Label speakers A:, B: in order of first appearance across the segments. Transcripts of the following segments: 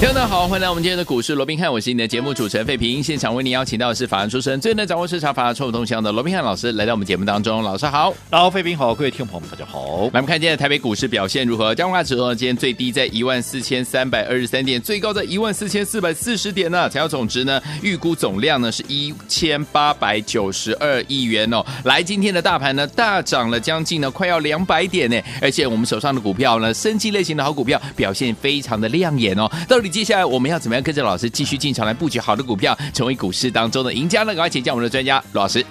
A: 听众朋友好，欢迎来我们今天的股市罗宾汉，我是你的节目主持人费平。现场为您邀请到的是法案出身、最能掌握市场法案臭动向的罗宾汉老师，来到我们节目当中。老师好，
B: 然后，飞兵好，各位听众朋友们，大家好。
A: 来我们看今天的台北股市表现如何？加权指数呢今天最低在14,323点，最高在14,440点呢。成交总值呢，预估总量呢是1,892亿元哦。来，今天的大盘呢大涨了将近呢快要两百点呢，而且我们手上的股票呢，升级类型的好股票表现非常的亮眼哦。到底接下来我们要怎么样跟着老师继续进场来布局好的股票，成为股市当中的赢家呢？赶快请教我们的专家罗老师。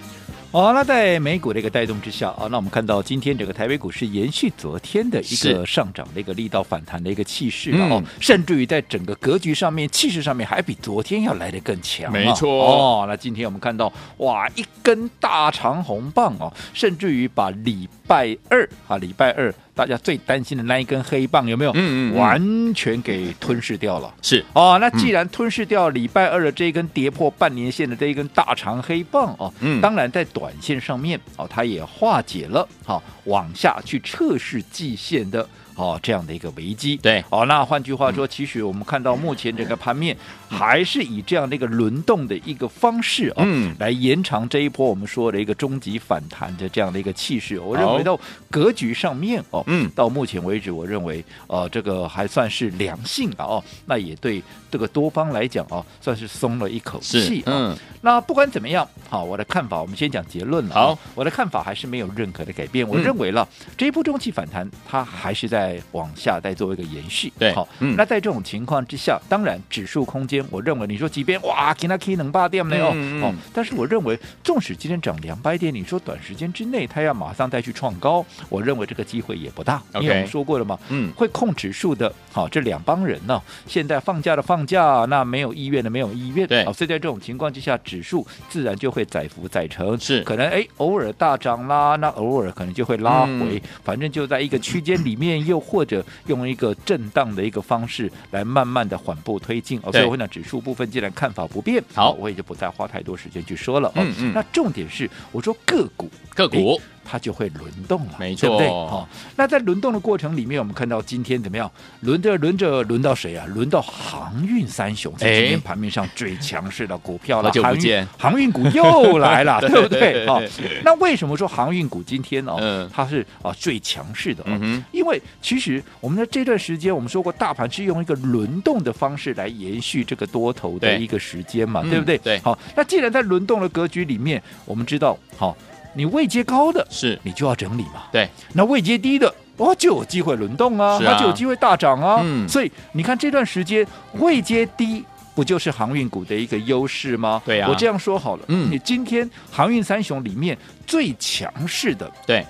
B: 好、那在美股的一个带动之下啊，那我们看到今天整个台北股市延续昨天的一
A: 是
B: 个上涨的一个力道反弹的一个气势了哦，
A: 嗯
B: 甚至于在整个格局上面、气势上面还比昨天要来得更强啊、
A: 没错
B: 哦，那今天我们看到哇，一根大长红棒哦，甚至于把礼拜二啊，礼拜二大家最担心的那一根黑棒有没有？
A: 嗯嗯嗯
B: 完全给吞噬掉了。
A: 是
B: 哦，那既然吞噬掉礼拜二的这一根跌破半年线的这一根大长黑棒哦，
A: 嗯
B: 当然在短线上面哦，它也化解了好、往下去测试季线的哦这样的一个危机。
A: 对
B: 哦，那换句话说，其实我们看到目前整个盘面还是以这样的一个轮动的一个方式哦，
A: 嗯
B: 来延长这一波我们说的一个终极反弹的这样的一个气势。我认
A: 好
B: 为到格局上面哦，
A: 嗯
B: 到目前为止，我认为呃，这个还算是良性啊哦，那也对这个多方来讲哦，算是松了一口气、啊。
A: 嗯，
B: 那不管怎么样，好，我的看法，我们先讲结论了啊。
A: 好
B: 我的看法还是没有任何的改变。我
A: 嗯
B: 认为了、这一波中期反弹，它还是在往下再做一个延续。
A: 对
B: 好，
A: 嗯
B: 那在这种情况之下，当然指数空间，我认为你说即便哇，给那 K 能霸掉没有？
A: 嗯嗯
B: 哦，但是我认为，纵使今天涨两百点，你说短时间之内它要马上再去创高，我认为这个机会也不大。因
A: OK
B: 为我们说过了嘛，
A: 嗯
B: 会控指数的，好、这两帮人呢、现在放假的放假，那没有意愿的没有意愿，
A: 对
B: 好所以在这种情况之下，指数自然就会载浮载沉，
A: 是
B: 可能哎偶尔大涨啦，那偶尔可能就会拉回，
A: 嗯
B: 反正就在一个区间里面，又或者用一个震荡的一个方式来慢慢的缓步推进。哦，
A: 对
B: 所以我讲指数部分既然看法不变，
A: 好
B: 哦我也就不再花太多时间去说了。哦、
A: 嗯嗯
B: 那重点是我说个股
A: 个股
B: 哎它就会轮动了，
A: 没错
B: 对不对？哦，那在轮动的过程里面，我们看到今天怎么样？轮着轮着，轮到谁啊？轮到航运三雄是
A: 哎
B: 今天盘面上最强势的股票了。
A: 好久不
B: 航运
A: 见
B: 航运股又来 了，
A: 对
B: 对不对？哦
A: 对，
B: 那为什么说航运股今天哦，
A: 嗯
B: 它是啊最强势的、哦？
A: 嗯哼
B: 因为其实我们的这段时间，我们说过，大盘是用一个轮动的方式来延续这个多头的
A: 对
B: 一个时间嘛，
A: 嗯
B: 啊对不对？
A: 对
B: 好，那既然在轮动的格局里面，我们知道，好，你位阶高的，
A: 是
B: 你就要整理嘛。
A: 对，
B: 那位阶低的。哦，就有机会轮动啊，
A: 是啊
B: 它就有机会大涨啊。
A: 嗯
B: 所以你看这段时间位阶低，不就是航运股的一个优势吗？
A: 对啊
B: 我这样说好了，
A: 嗯
B: 你今天航运三雄里面最强势的
A: 对，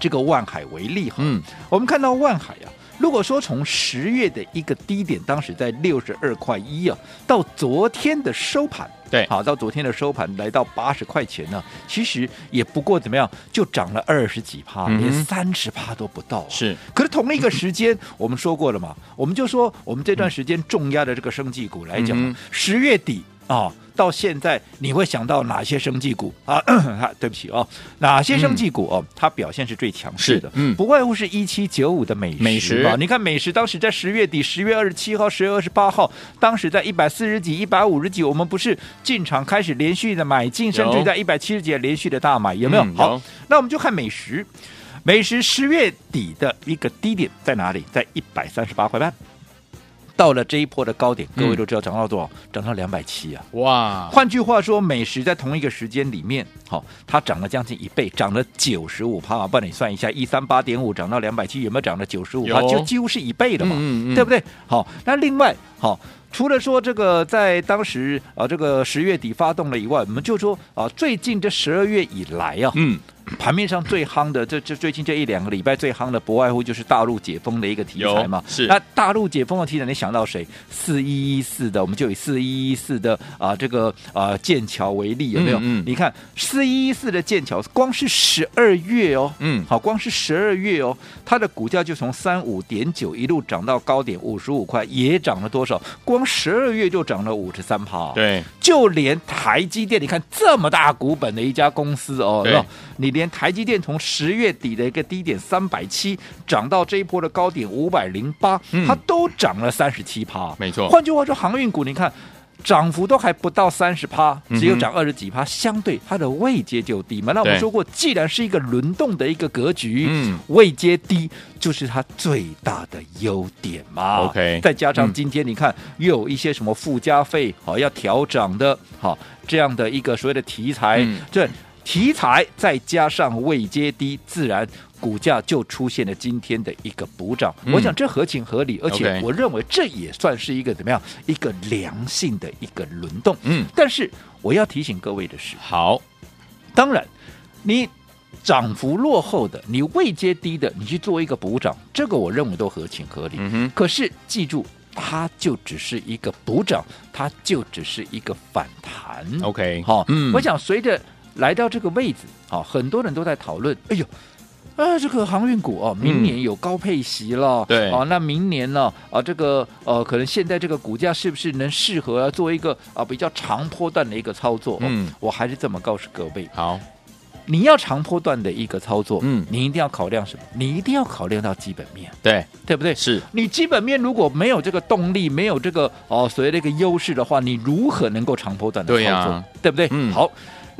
B: 这个万海为例哈，
A: 嗯
B: 我们看到万海啊，如果说从十月的一个低点，当时在六十二块一啊，到昨天的收盘，
A: 对
B: 好，到昨天的收盘来到八十块钱呢、其实也不过怎么样，就涨了二十几趴，
A: 嗯哼
B: 连三十趴都不到、啊。
A: 是
B: 可是同一个时间，我们说过了嘛， 我们就说我们这段时间重压的这个生技股来讲
A: 嗯
B: 啊，十、月底啊、到现在你会想到哪些生技股 啊？对不起哦，哪些生技股哦，它表现是最强势的
A: 是，嗯
B: 不外乎是一七九五的美食
A: 美食
B: 嘛你看美食当时在十月底，十月二十七号、十月二十八号，当时在一百四十几、一百五十几，我们不是进场开始连续的买进，甚至于在一百七十几连续的大买，有没有？
A: 嗯
B: 好
A: 有
B: 那我们就看美食。美食十月底的一个低点在哪里？在一百三十八块半。到了这一波的高点，各位
A: 嗯
B: 都知道涨到多少？涨到两百七啊！
A: 哇，
B: 换句话说，美食在同一个时间里面，好、它涨了将近一倍，涨了九十五趴。帮你算一下，一三八点五涨到两百七，有没有涨了九十五趴？
A: 有
B: 就几乎是一倍了嘛，
A: 嗯嗯嗯
B: 对不对？好、那另外，好、除了说这个在当呃时啊、呃这个十月底发动了以外，我们就说啊、最近这十二月以来啊，
A: 嗯
B: 盘面上最夯的，这这最近这一两个礼拜最夯的，不外乎就是大陆解封的一个题材嘛
A: 有。是
B: 那大陆解封的题材，你想到谁？四一一四的，我们就以四一一四的啊、这个啊、剑桥为例，有没有？
A: 嗯嗯
B: 你看四一一四的剑桥，光是十二月哦，
A: 嗯
B: 好，光是十二月哦，它的股价就从三五点九一路涨到高点五十五块，也涨了多少？光十二月就涨了五十三趴。。
A: 对，
B: 就连台积电，你看这么大股本的一家公司哦，
A: 对
B: 那你连台积电从十月底的一个低点三百七涨到这一波的高点五百零八
A: 嗯，
B: 它都涨了三十七趴，
A: 没错
B: 换句话说，航运股你看。涨幅都还不到三十趴，
A: 嗯哼
B: 只有涨二十几趴，相对它的位阶就低嘛。那我们
A: 对
B: 说过，既然是一个轮动的一个格局，
A: 嗯
B: 位阶低就是它最大的优点嘛。
A: OK
B: 再加
A: 嗯
B: 上今天你看、又有一些什么附加费好、要调整的，好、这样的一个所谓的题材，
A: 嗯
B: 这题材再加上未接低，自然。股价就出现了今天的一个补涨，
A: 嗯
B: 我想这合情合理，而且
A: OK
B: 我认为这也算是一个怎么样一个良性的一个轮动。
A: 嗯，
B: 但是我要提醒各位的是，
A: 好，
B: 当然，你涨幅落后的，你位阶低的，你去做一个补涨，这个我认为都合情合理。
A: 嗯哼，
B: 可是记住，它就只是一个补涨，它就只是一个反弹。
A: OK，
B: 好、
A: 嗯
B: 我想随着来到这个位置，好、很多人都在讨论，哎呦。啊，这个航运股哦，明年有高配息了，
A: 嗯对
B: 哦，那明年呢，啊，这个呃，可能现在这个股价是不是能适合、啊、做一个啊比较长波段的一个操作？哦
A: 嗯，
B: 我还是这么告诉各位，
A: 好，
B: 你要长波段的一个操作，
A: 嗯
B: 你一定要考量什么？你一定要考量到基本面，
A: 对，
B: 对不对？
A: 是，
B: 你基本面如果没有这个动力，没有这个哦所谓的一个优势的话，你如何能够长波段的操
A: 对
B: 作？
A: 呀
B: 对不对？
A: 嗯
B: 好，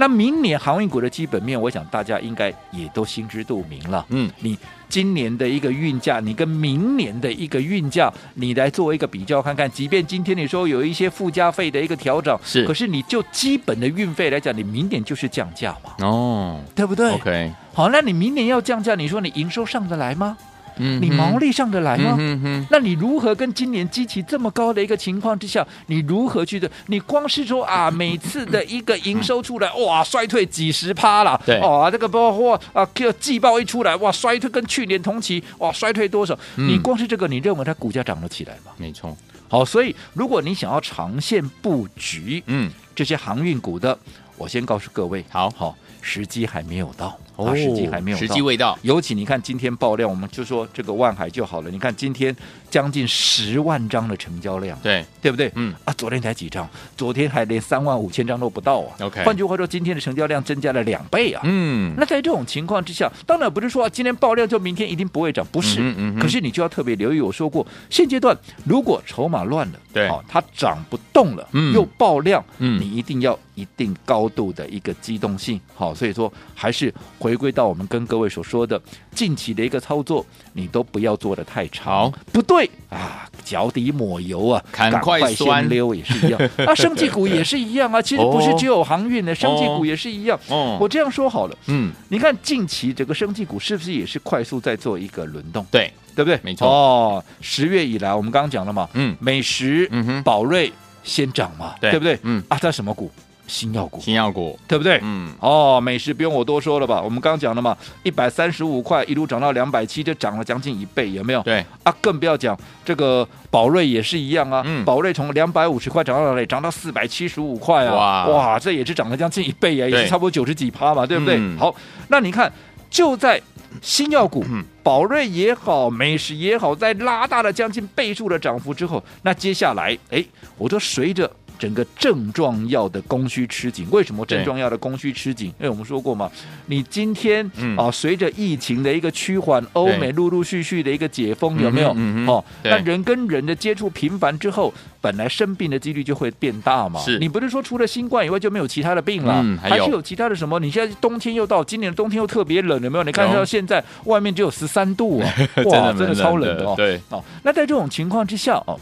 B: 那明年航运股的基本面，我想大家应该也都心知肚明了。
A: 嗯，
B: 你今年的一个运价，你跟明年的一个运价，你来做一个比较看看。即便今天你说有一些附加费的一个调整，
A: 是
B: 可是你就基本的运费来讲，你明年就是降价嘛，
A: 哦
B: 对不对
A: ，OK，
B: 好，那你明年要降价，你说你营收上得来吗？
A: 嗯
B: 你毛利上得来吗？
A: 嗯哼，
B: 那你如何跟今年基期这么高的一个情况之下，你如何去的？你光是说啊，每次的一个营收出来，哇，衰退几十趴啦，
A: 对
B: 哦，这个包括啊，这个季报一出来，哇，衰退跟去年同期，哇，衰退多少？
A: 嗯
B: 你光是这个，你认为它股价涨了起来吗？
A: 没错，
B: 好，所以如果你想要长线布局
A: 嗯，
B: 这些航运股的，我先告诉各位，
A: 好哦
B: 好，时机还没有到，啊，时机还没有到，
A: 时机未到，
B: 尤其你看今天爆量，我们就说这个万海就好了。你看今天将近十万张的成交量，
A: 对，
B: 对不对？
A: 嗯，
B: 啊，昨天才几张，昨天还连三万五千张都不到啊。
A: OK
B: 换句话说，今天的成交量增加了两倍啊。
A: 嗯，
B: 那在这种情况之下，当然不是说、啊今天爆量就明天一定不会涨，不
A: 嗯
B: 是。
A: 哼嗯哼
B: 可是你就要特别留意，我说过，现阶段如果筹码乱了，
A: 对
B: 好、它涨不动了，
A: 嗯
B: 又爆量，
A: 嗯
B: 你一定要一定高度的一个机动性，好、所以说还是回归到我们跟各位所说的，近期的一个操作，你都不要做的太
A: 好
B: 长，不对啊，脚底抹油啊，
A: 赶
B: 赶
A: 快
B: 快
A: 酸
B: 先溜也是一样，啊，生技股也是一样啊，其实不是
A: 哦
B: 只有航运的，生技
A: 哦
B: 股也是一样，
A: 哦
B: 我这样说好了。
A: 嗯，
B: 你看近期整个生技股是不是也是快速在做一个轮动，
A: 对，
B: 对不对？
A: 没错
B: 哦，十月以来，我们刚刚讲了嘛，
A: 嗯
B: 美食、
A: 嗯哼
B: 宝瑞先涨嘛，
A: 对
B: 不对？
A: 嗯
B: 啊，它什么股？新药股，
A: 新药股，
B: 对不对？
A: 嗯，
B: 哦，美食不用我多说了吧？我们刚刚讲了嘛，一百三十五块一路涨到两百七，就涨了将近一倍，有没有？
A: 对，
B: 啊，更不要讲这个宝瑞也是一样啊，
A: 嗯
B: 宝瑞从两百五十块涨到哪里？涨到四百七十五块啊！
A: 哇
B: 这也是涨了将近一倍啊，也
A: 对
B: 是差不多九十几趴嘛，对不对？
A: 嗯
B: 好，那你看就在。新药股
A: 嗯，
B: 宝瑞也好，美食也好，在拉大了将近倍数的涨幅之后，那接下来，哎，我说随着整个症状药的供需吃紧，为什么
A: 对
B: 症状药的供需吃紧？因为我们说过嘛，你今天、
A: 嗯
B: 啊，随着疫情的一个趋缓，欧
A: 对
B: 美陆陆续续的一个解封，有没有？
A: 嗯哼嗯哼
B: 哦，
A: 对
B: 那人跟人的接触频繁之后，本来生病的几率就会变大嘛。
A: 是
B: 你不是说除了新冠以外就没有其他的病了？
A: 嗯还
B: 还
A: 有
B: 是有其他的什么？你现在冬天又到，今年的冬天又特别冷，有没有？你看
A: 有，
B: 到现在外面只有十三度啊 哇，
A: 蛮
B: 真的超冷的哦。
A: 对，
B: 哦，那在这种情况之下哦。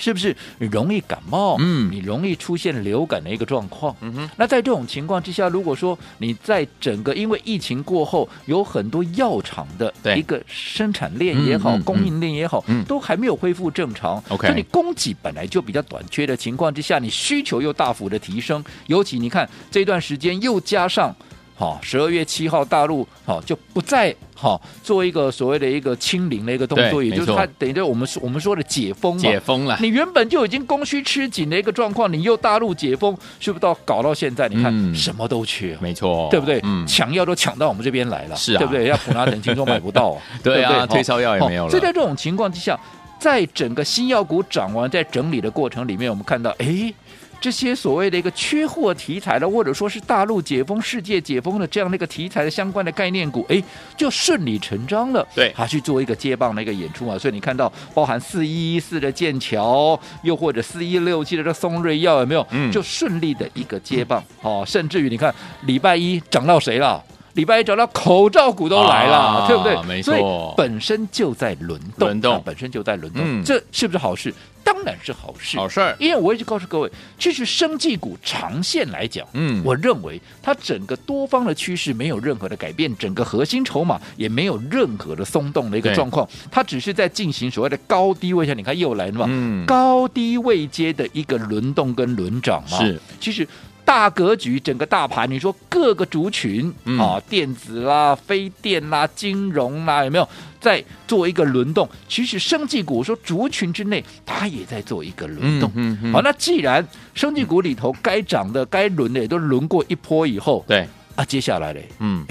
B: 是不是你容易感冒？
A: 嗯
B: 你容易出现流感的一个状况。
A: 嗯哼，
B: 那在这种情况之下，如果说你在整个因为疫情过后，有很多药厂的
A: 对
B: 一个生产链也好，
A: 嗯嗯嗯
B: 供应链也好，
A: 嗯
B: 都还没有恢复正常。
A: OK
B: 所以你供给本来就比较短缺的情况之下，你需求又大幅的提升，尤其你看这段时间又加上。好十二月七号大陆好就不再好做一个所谓的一个清零的一个动作，
A: 对
B: 也就
A: 没
B: 是
A: 错
B: 它等于说我们说我们说的解封嘛，
A: 解哎封了，
B: 你原本就已经供需吃紧的一个状况，你又大陆解封，是不是到搞到现在？你看、
A: 嗯
B: 什么都缺啊、
A: 没错，
B: 对不对？
A: 嗯，
B: 抢药都抢到我们这边来了，
A: 是啊，
B: 对不对？要普拉腾听说买不到、啊
A: 对啊，
B: 不
A: 退烧药也没有
B: 哦
A: 了，
B: 所以在这种情况之下，在整个新药股涨完在整理的过程里面，我们看到，哎。这些所谓的一个缺货题材的，或者说是大陆解封、世界解封的这样的一个题材的相关的概念股，哎，就顺理成章了。
A: 对
B: 它去做一个接棒的一个演出啊。所以你看到，包含四一一四的剑桥，又或者四一六七的这松瑞药，有没有？
A: 嗯
B: 就顺利的一个接棒哦。甚至于你看，礼拜一涨到谁了？礼拜一涨到口罩股都来了，
A: 啊
B: 对不对？
A: 没
B: 所以
A: 错
B: 本身就在轮动，
A: 轮动
B: 啊本身就在轮动，
A: 嗯
B: 这是不是好事？当然是好事，
A: 好事儿，
B: 因为我一直告诉各位，其实生技股长线来讲，
A: 嗯
B: 我认为它整个多方的趋势没有任何的改变，整个核心筹码也没有任何的松动的一个
A: 对
B: 状况，它只是在进行所谓的高低位下，你看又来了嘛，
A: 嗯
B: 高低位阶的一个轮动跟轮涨嘛，
A: 是，
B: 其实。大格局，整个大盘，你说各个族群、
A: 嗯
B: 啊，电子啦、非电啦、金融啦，有没有在做一个轮动？其实生技股，我说族群之内，它也在做一个轮动。
A: 嗯嗯
B: 好，那既然生技股里头该涨的、该轮的也都轮过一波以后，
A: 对，
B: 啊，接下来嘞，
A: 嗯，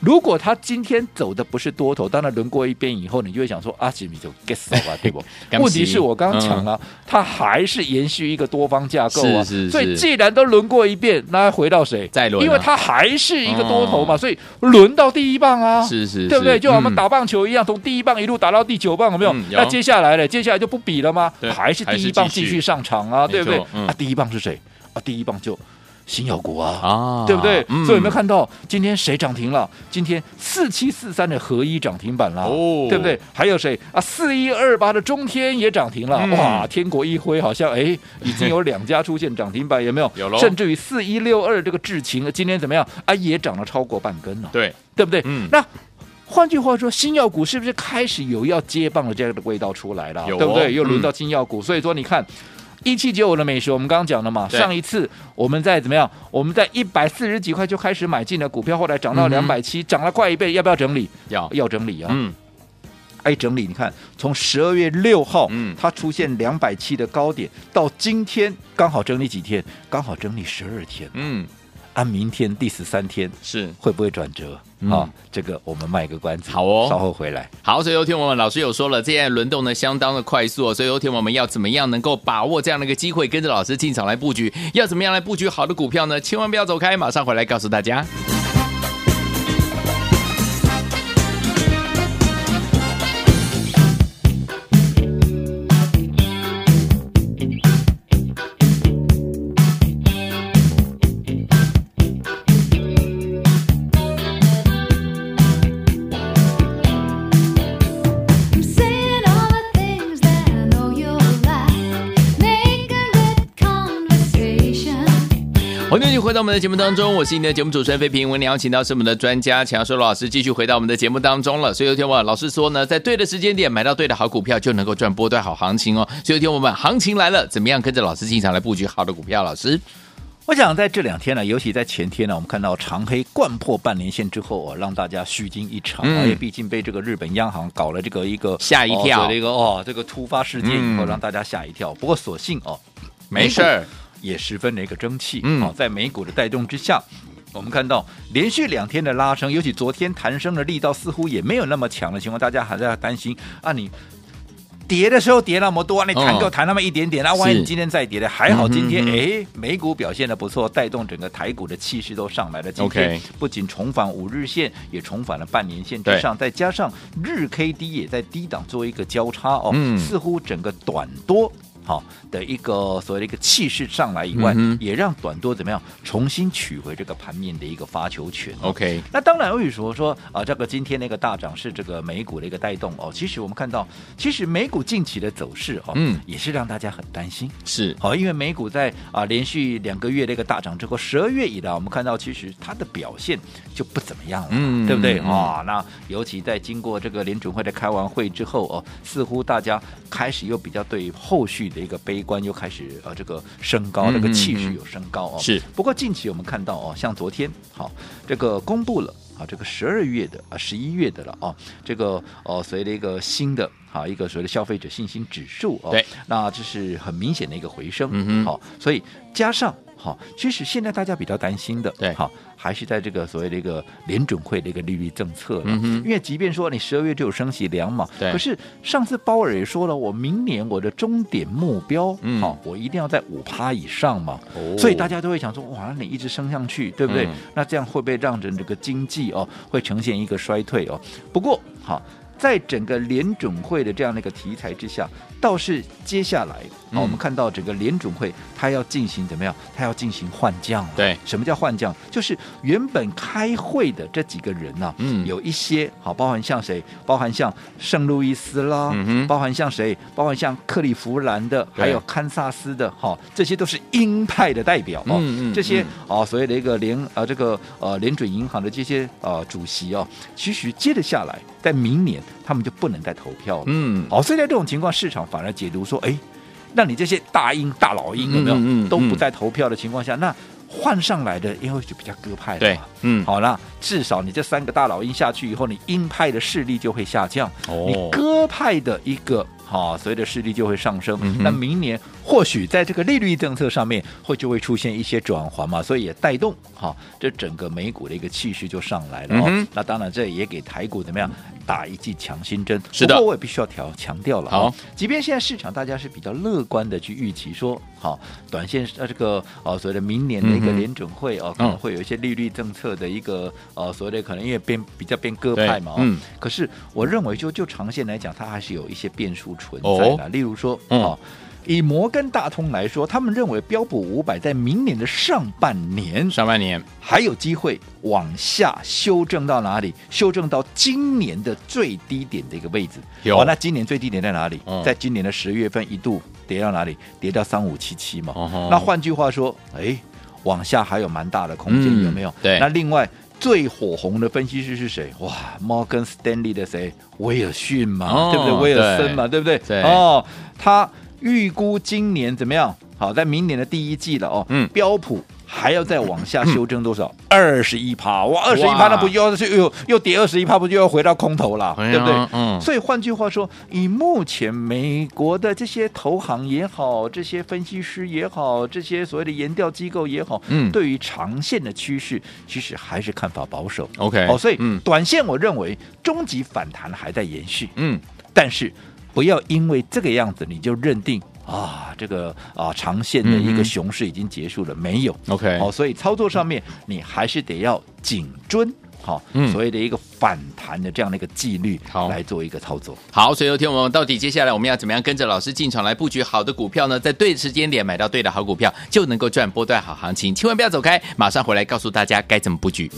B: 如果它今天走的不是多头，当然轮过一边以后，你就会想说啊，吉米就 get 死啊，对不？
A: 感
B: 问题是
A: 谢
B: 我刚刚讲了，它还是延续一个多方架构啊，
A: 嗯是是
B: 所以
A: 是
B: 既然都轮过一遍，那回到谁？
A: 再轮啊嗯
B: 因为它还是一个多头嘛，所以轮到第一棒啊，
A: 是是，
B: 对不对？
A: 是
B: 就好像我们
A: 嗯
B: 打棒球一样，从第一棒一路打到第九棒，有没有
A: 嗯？有
B: 那接下来呢？接下来就不比了吗
A: 对？
B: 还是第一棒
A: 还是继续
B: 继续上场啊，
A: 没错
B: 对不对？
A: 嗯
B: 啊，第一棒是谁？啊，第一棒就新友国啊。
A: 啊，
B: 对不对？
A: 嗯
B: 所以有没有看到今天谁涨停了？今天四七四三的合一涨停板了，
A: 哦
B: 对不对？还有谁啊？四一二八的中天也涨停了，
A: 嗯
B: 哇！天国一辉好像哎，已经有两家出现涨停板，有没有？
A: 有咯
B: 甚至于四一六二这个智勤今天怎么样啊？也涨了超过半根了，
A: 对，
B: 对不对？
A: 嗯
B: 那。换句话说，新药股是不是开始有要接棒的这样的味道出来了？啊
A: 有哦
B: 对不对？又
A: 嗯
B: 轮到新药股，所以说你看。一七九五的美食，我们刚刚讲了嘛，
A: 对
B: 上一次我们在怎么样？我们在一百四十几块就开始买进的股票，后来涨到
A: 嗯
B: 两
A: 哼
B: 百七，涨了快一倍，要不要整理？
A: 要，
B: 要整理啊！
A: 嗯，
B: 哎，整理，你看，从十二月六号，
A: 嗯
B: 它出现两百七的高点，到今天刚好整理几天，刚好整理十二天，
A: 嗯，
B: 按、明天第十三天
A: 是
B: 会不会转折、
A: 嗯
B: 啊？这个我们卖个关子，
A: 好哦
B: 稍后回来。
A: 好，所以有天我们老师有说了，现在轮动呢相当的快速哦，所以有天我们要怎么样能够把握这样的一个机会，跟着老师进场来布局？要怎么样来布局好的股票呢？千万不要走开，马上回来告诉大家。
C: I'm saying all the things that I know you'll like. Making good conversation.
A: 欢迎继续回到我们的节目当中，我是你的节目主持人费平。我们邀请到是我们的专家强硕老师，继续回到我们的节目当中了。哦所以有天我老师说呢，在对的时间点买到对的好股票，就能够赚波段好行情哦。所以有天我们行情来了，怎么样跟着老师进场来布局好的股票？老师，
B: 我想在这两天呢，尤其在前天呢，我们看到长黑贯破半年线之后啊，让大家虚惊一场，哦
A: 嗯
B: 因为毕竟被这个日本央行搞了这个一个
A: 吓一跳
B: 哦所谓的一个哦这个突发事件以后，
A: 嗯
B: 让大家吓一跳。不过所幸哦，
A: 没事儿，
B: 也十分的一个争气。
A: 嗯
B: 好、在美股的带动之下。我们看到连续两天的拉升，尤其昨天弹升的力道似乎也没有那么强的情况，大家还在担心啊，你跌的时候跌那么多，你弹
A: 嗯
B: 够弹那么一点点，那、万一
A: 是
B: 你今天再跌的，还好今天
A: 嗯哼嗯哼
B: 哎、美股表现的不错，带动整个台股的气势都上来了。今
A: OK
B: 天不仅重返五日线，也重返了半年线之上，再加上日 K D 也在低档做一个交叉哦，
A: 嗯
B: 似乎整个短多。好的一个所谓的一个气势上来以外，
A: 嗯哼
B: 也让短多怎么样重新取回这个盘面的一个发球权、哦。
A: OK，
B: 那当然，为什么说啊、这个今天那个大涨是这个美股的一个带动哦？其实我们看到，其实美股近期的走势哦，
A: 嗯
B: 也是让大家很担心。
A: 是
B: 好，因为美股在啊、连续两个月的一个大涨之后，十二月以来，我们看到其实它的表现就不怎么样了，
A: 嗯
B: 对不对
A: 嗯
B: 啊、那尤其在经过这个联准会的开完会之后哦，似乎大家开始又比较对后续的一个悲观又开始呃这个升高，这个
A: 嗯
B: 气
A: 嗯
B: 势
A: 嗯
B: 有升高哦。
A: 是。
B: 不过近期我们看到哦，像昨天好这个公布了。啊，这个十二月的啊，十一月的了啊，这个哦，随着一个新的啊，一个所谓的消费者信心指数哦，
A: 对，
B: 那这是很明显的一个回升，
A: 嗯哼
B: 好，所以加上好，其实现在大家比较担心的，
A: 对
B: 好，还是在这个所谓的一个联准会的一个利率政策了，
A: 嗯哼
B: 因为即便说你十二月就有升息两码，
A: 对
B: 可是上次鲍尔也说了，我明年我的终点目标，好、
A: 嗯
B: 我一定要在五趴以上嘛，
A: 哦
B: 所以大家都会想说，哇，那你一直升上去，对不对？
A: 嗯
B: 那这样会不会让人这个经济哦会呈现一个衰退哦？不过好。在整个联准会的这样的一个题材之下，倒是接下来，
A: 嗯
B: 好、我们看到整个联准会它要进行怎么样？它要进行换将了。
A: 对
B: 什么叫换将？就是原本开会的这几个人呐、
A: 嗯
B: 有一些好，包含像谁？包含像圣路易斯啦，
A: 嗯哼
B: 包含像谁？包含像克利夫兰的，
A: 对
B: 还有堪萨斯的，哈、这些都是鹰派的代表哦。
A: 嗯嗯
B: 这些
A: 嗯
B: 哦，所谓的一个联呃这个呃联准银行的这些呃主席哦，其实接着下来，在明年他们就不能再投票了。
A: 嗯，
B: 好，所以在这种情况，市场反而解读说，哎，那你这些大鹰、大老鹰有没有、
A: 嗯嗯嗯
B: 都不在投票的情况下，那换上来的因为就比较鸽派了
A: 对
B: 嘛。，
A: 嗯，
B: 好啦，至少你这三个大老鹰下去以后，你鹰派的势力就会下降，
A: 哦
B: 你鸽派的一个哈、所谓的势力就会上升。
A: 嗯哼
B: 那明年或许在这个利率政策上面会就会出现一些转环嘛，所以也带动哈、这整个美股的一个气势就上来了、哦。
A: 嗯哼
B: 那当然，这也给台股怎么样打一剂强心针。
A: 是的
B: 不过我也必须要调强调了、
A: 好，
B: 即便现在市场大家是比较乐观的去预期说，好、短线呃这个呃所谓的明年的一个
A: 嗯哼
B: 联准会哦、可
A: 嗯
B: 能会有一些利率政策的一个呃所谓的可能因为变比较变鸽派嘛、哦
A: 对嗯
B: 可是我认为就就长线来讲，它还是有一些变数存在
A: 哦
B: 的、例如说，
A: 嗯
B: 哦以摩根大通来说，他们认为标普五百在明年的上半年
A: 上半年
B: 还有机会往下修正到哪里？修正到今年的最低点的一个位置。
A: 有
B: 哦那今年最低点在哪里？
A: 嗯
B: 在今年的十月份一度跌到哪里？跌到三五七七嘛。
A: 哦吼
B: 那换句话说，哎，往下还有蛮大的空间，
A: 嗯
B: 有没有？
A: 对
B: 那另外。最火红的分析师是谁？哇，摩根斯丹利的谁？威尔逊嘛，
A: 哦
B: 对不对？威尔森嘛，对不对？
A: 对
B: 哦，他预估今年怎么样？好，在明年的第一季了哦，
A: 嗯
B: 标普还要再往下修正多少？二十一趴，哇，二十一
A: 哇
B: 趴，那不又是又又跌二十一趴，不就要回到空头了，
A: 哎呀
B: 对不对？
A: 嗯
B: 所以换句话说，以目前美国的这些投行也好，这些分析师也好，这些所谓的研调机构也好，
A: 嗯
B: 对于长线的趋势，其实还是看法保守。
A: ，OK，
B: 哦，所以
A: 嗯
B: 短线我认为终极反弹还在延续，
A: 嗯，
B: 但是不要因为这个样子你就认定啊，这个啊长线的一
A: 嗯嗯
B: 个熊市已经结束了，没有
A: OK
B: 好、哦所以操作上面你还是得要谨遵好、
A: 嗯
B: 所谓的一个反弹的这样的一个纪律
A: 好
B: 来做一个操作。
A: 好，所以有天我们到底接下来我们要怎么样跟着老师进场来布局好的股票呢？在对的时间点买到对的好股票，就能够赚波段好行情。千万不要走开，马上回来告诉大家该怎么布局。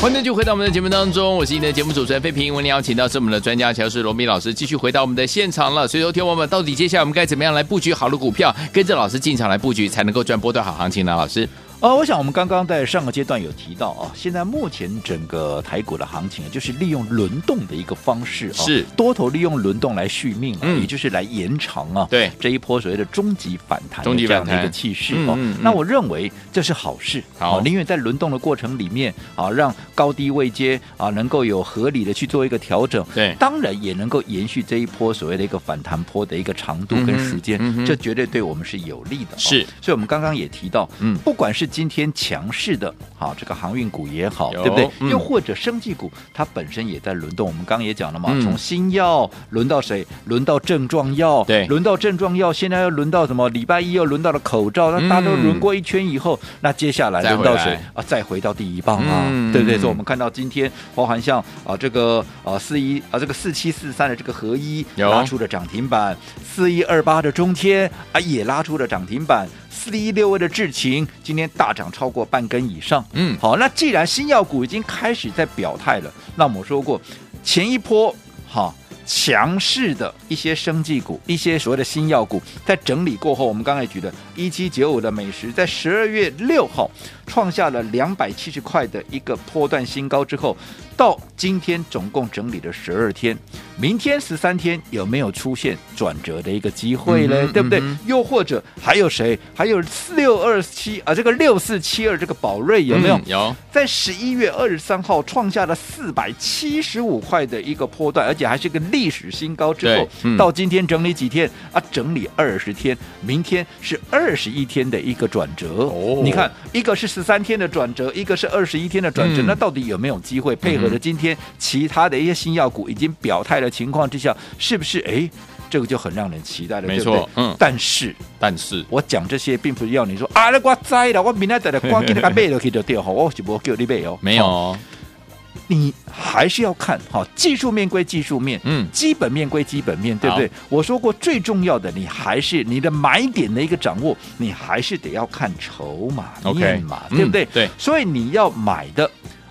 A: 欢迎继续回到我们的节目当中，我是你的节目主持人费平。为您邀请到是我们的专家乔氏罗密老师，继续回到我们的现场了。所以，说，听我们到底接下来我们该怎么样来布局好的股票，跟着老师进场来布局，才能够赚波段好行情呢？老师，
B: 呃，我想我们刚刚在上个阶段有提到啊，现在目前整个台股的行情啊就是利用轮动的一个方式啊，
A: 是
B: 多头利用轮动来续命啊，
A: 嗯
B: 也就是来延长啊，
A: 对
B: 这一波所谓的终极反弹
A: 终
B: 的
A: 极
B: 这
A: 反
B: 样
A: 弹
B: 的一个气势
A: 嗯
B: 哦。
A: 嗯嗯
B: 那我认为这是好事，
A: 好
B: 啊因为在轮动的过程里面啊，让高低位阶啊能够有合理的去做一个调整，
A: 对
B: 当然也能够延续这一波所谓的一个反弹波的一个长度
A: 嗯
B: 跟
A: 哼
B: 时间，
A: 嗯哼
B: 这绝对对我们是有利的、哦。
A: 是
B: 所以我们刚刚也提到，
A: 嗯
B: 不管是今天强势的，好、这个航运股也好，
A: 有
B: 对不对？
A: 嗯
B: 又或者生技股，它本身也在轮动。我们刚刚也讲了嘛，
A: 嗯
B: 从新药轮到谁？轮到症状药，
A: 对
B: 轮到症状药，现在又轮到什么？礼拜一又轮到了口罩，那大家都
A: 嗯
B: 轮过一圈以后，那接下来
A: 再
B: 轮
A: 回
B: 到谁
A: 来
B: 啊？再回到第一棒啊，
A: 嗯
B: 对不对？
A: 嗯
B: 所以我们看到今天，包含像啊这个啊四一啊这个四七四三的这个合一
A: 有
B: 拉出了涨停板，四一二八的中天啊也拉出了涨停板，四一六位的智勤今天大涨超过半根以上。
A: 嗯
B: 好，那既然新药股已经开始在表态了，那我们说过前一波哈。强势的一些生技股、一些所谓的新药股，在整理过后，我们刚才举的一七九五的美食，在十二月六号创下了两百七十块的一个波段新高之后，到今天总共整理了十二天，明天十三天有没有出现转折的一个机会呢？
A: 嗯哼
B: 对不对？
A: 嗯哼
B: 又或者还有谁？还有四六二七啊，这个六四七二这个宝瑞有没有？
A: 嗯有，
B: 在十一月二十三号创下了四百七十五块的一个波段，而且还是个历史新高之
A: 对
B: 后，
A: 嗯
B: 到今天整理几天啊？整理二十天，明天是二十一天的一个转折。
A: 哦
B: 你看，一个是十三天的转折，一个是二十一天的转折，
A: 嗯
B: 那到底有没有机会？配合着今天其他的一些新药股已经表态的情况之下，是不是？哎，这个就很让人期待了，
A: 没
B: 对不对
A: 错嗯
B: 但是。
A: 但是
B: 我讲这些并不是要你说啊，那我栽了，我明天再来光给那个卖了去就掉好，我是不叫你卖哦。
A: 没有
B: 哦
A: 哦，
B: 你还是要看好、技术面归技术面，
A: 嗯
B: 基本面归基本面，对不对？我说过最重要的，你还是你的买点的一个掌握，你还是得要看筹码
A: OK，
B: 面嘛
A: 嗯
B: 对不对？
A: 对
B: 所以你要买的。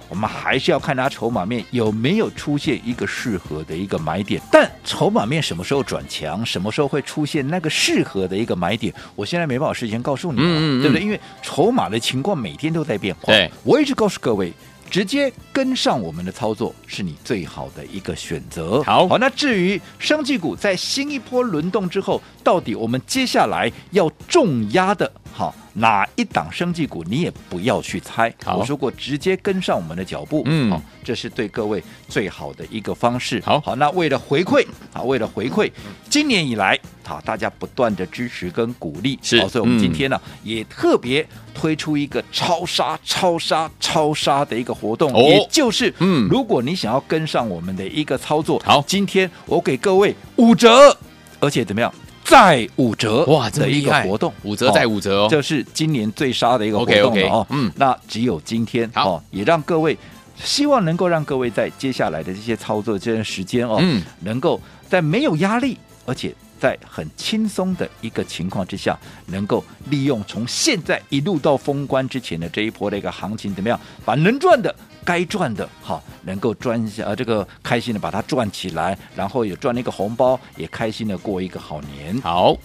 B: 我们还是要看它筹码面有没有出现一个适合的一个买点，但筹码面什么时候转强，什么时候会出现那个适合的一个买点，我现在没办法事先告诉你嘛，啊
A: 嗯嗯嗯
B: 对不对？因为筹码的情况每天都在变化，
A: 对
B: 我一直告诉各位，直接跟上我们的操作是你最好的一个选择。
A: 好
B: 好，那至于生技股在新一波轮动之后，到底我们接下来要重压的，好哪一档生技股，你也不要去猜。
A: 好
B: 我说过，直接跟上我们的脚步，
A: 嗯
B: 好，这是对各位最好的一个方式。
A: 好
B: 好，那为了回馈啊，为了回馈，今年以来，好，大家不断的支持跟鼓励，
A: 是
B: 好，所以我们
A: 嗯
B: 今天。今天呢，也特别推出一个超杀、超杀、超杀的一个活动，
A: 哦
B: 也就是，
A: 嗯
B: 嗯，如果你想要跟上我们的一个操作，
A: 好
B: 今天我给各位五折，而且怎么样，再五折
A: 哇，这么
B: 的一
A: 厉
B: 个
A: 害
B: 活动，
A: 五折再五折哦，
B: 这是今年最杀的一个活
A: OK，OK，
B: 动了哦。
A: 嗯
B: 那只有今天
A: 好
B: 哦，也让各位希望能够让各位在接下来的这些操作这段时间哦，
A: 嗯
B: 能够在没有压力，而且。在很轻松的一个情况之下，能够利用从现在一路到封关之前的这一波的一个行情，怎么样把能赚的、该赚的，好能够赚一下，呃，这个开心的把它赚起来，然后也赚了一个红包，也开心的过一个好年。
A: 好，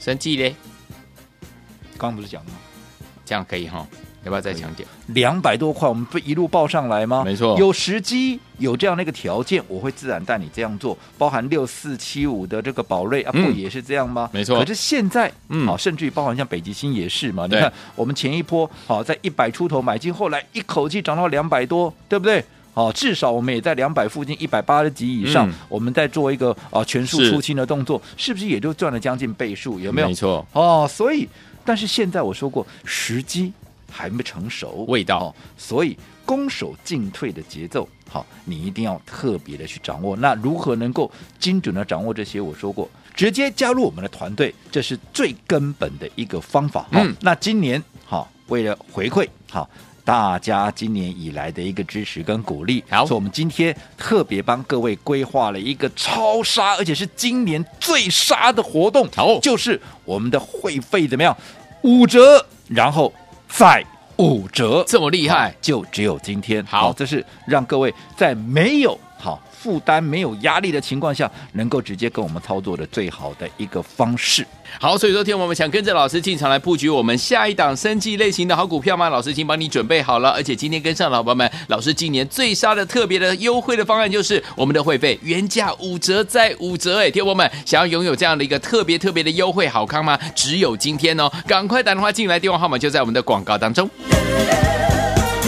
A: 生计嘞，
B: 刚刚不是讲了吗？
A: 这样可以哈，要不要再强调？
B: 两百多块，我们不一路报上来吗？
A: 没错
B: 有时机，有这样的一个条件，我会自然带你这样做。包含六四七五的这个宝瑞啊，不
A: 嗯
B: 也是这样吗？
A: 没错
B: 可是现在，
A: 嗯
B: 嗯，好，甚至于包含像北极星也是嘛。你
A: 对
B: 看，我们前一波好在一百出头买进，后来一口气涨到两百多，对不对？好，至少我们也在两百附近，一百八十几以上，
A: 嗯
B: 我们在做一个啊全数
A: 是
B: 出清的动作，是不是也就赚了将近倍数？有没有？
A: 没错，
B: 哦，所以，但是现在我说过，时机还没成熟，
A: 味道
B: 哦所以攻守进退的节奏，好、你一定要特别的去掌握。那如何能够精准的掌握这些？我说过，直接加入我们的团队，这是最根本的一个方法。哦
A: 嗯
B: 那今年好、为了回馈好。大家今年以来的一个支持跟鼓励，
A: 好
B: 所以我们今天特别帮各位规划了一个超杀，而且是今年最杀的活动。
A: 好
B: 就是我们的会费怎么样？五折，然后再五折，
A: 这么厉害，
B: 就只有今天。
A: 好
B: 这是让各位在没有好负担、没有压力的情况下，能够直接跟我们操作的最好的一个方式。
A: 好，所以昨天我们想跟着老师进场来布局我们下一档升级类型的好股票吗？老师已经帮你准备好了，而且今天跟上的伙伴们，老师今年最杀的特别的优惠的方案就是我们的会费原价五折再五折，哎，听友们想要拥有这样的一个特别特别的优惠好康吗？只有今天哦，赶快打电话进来，电话号码就在我们的广告当中。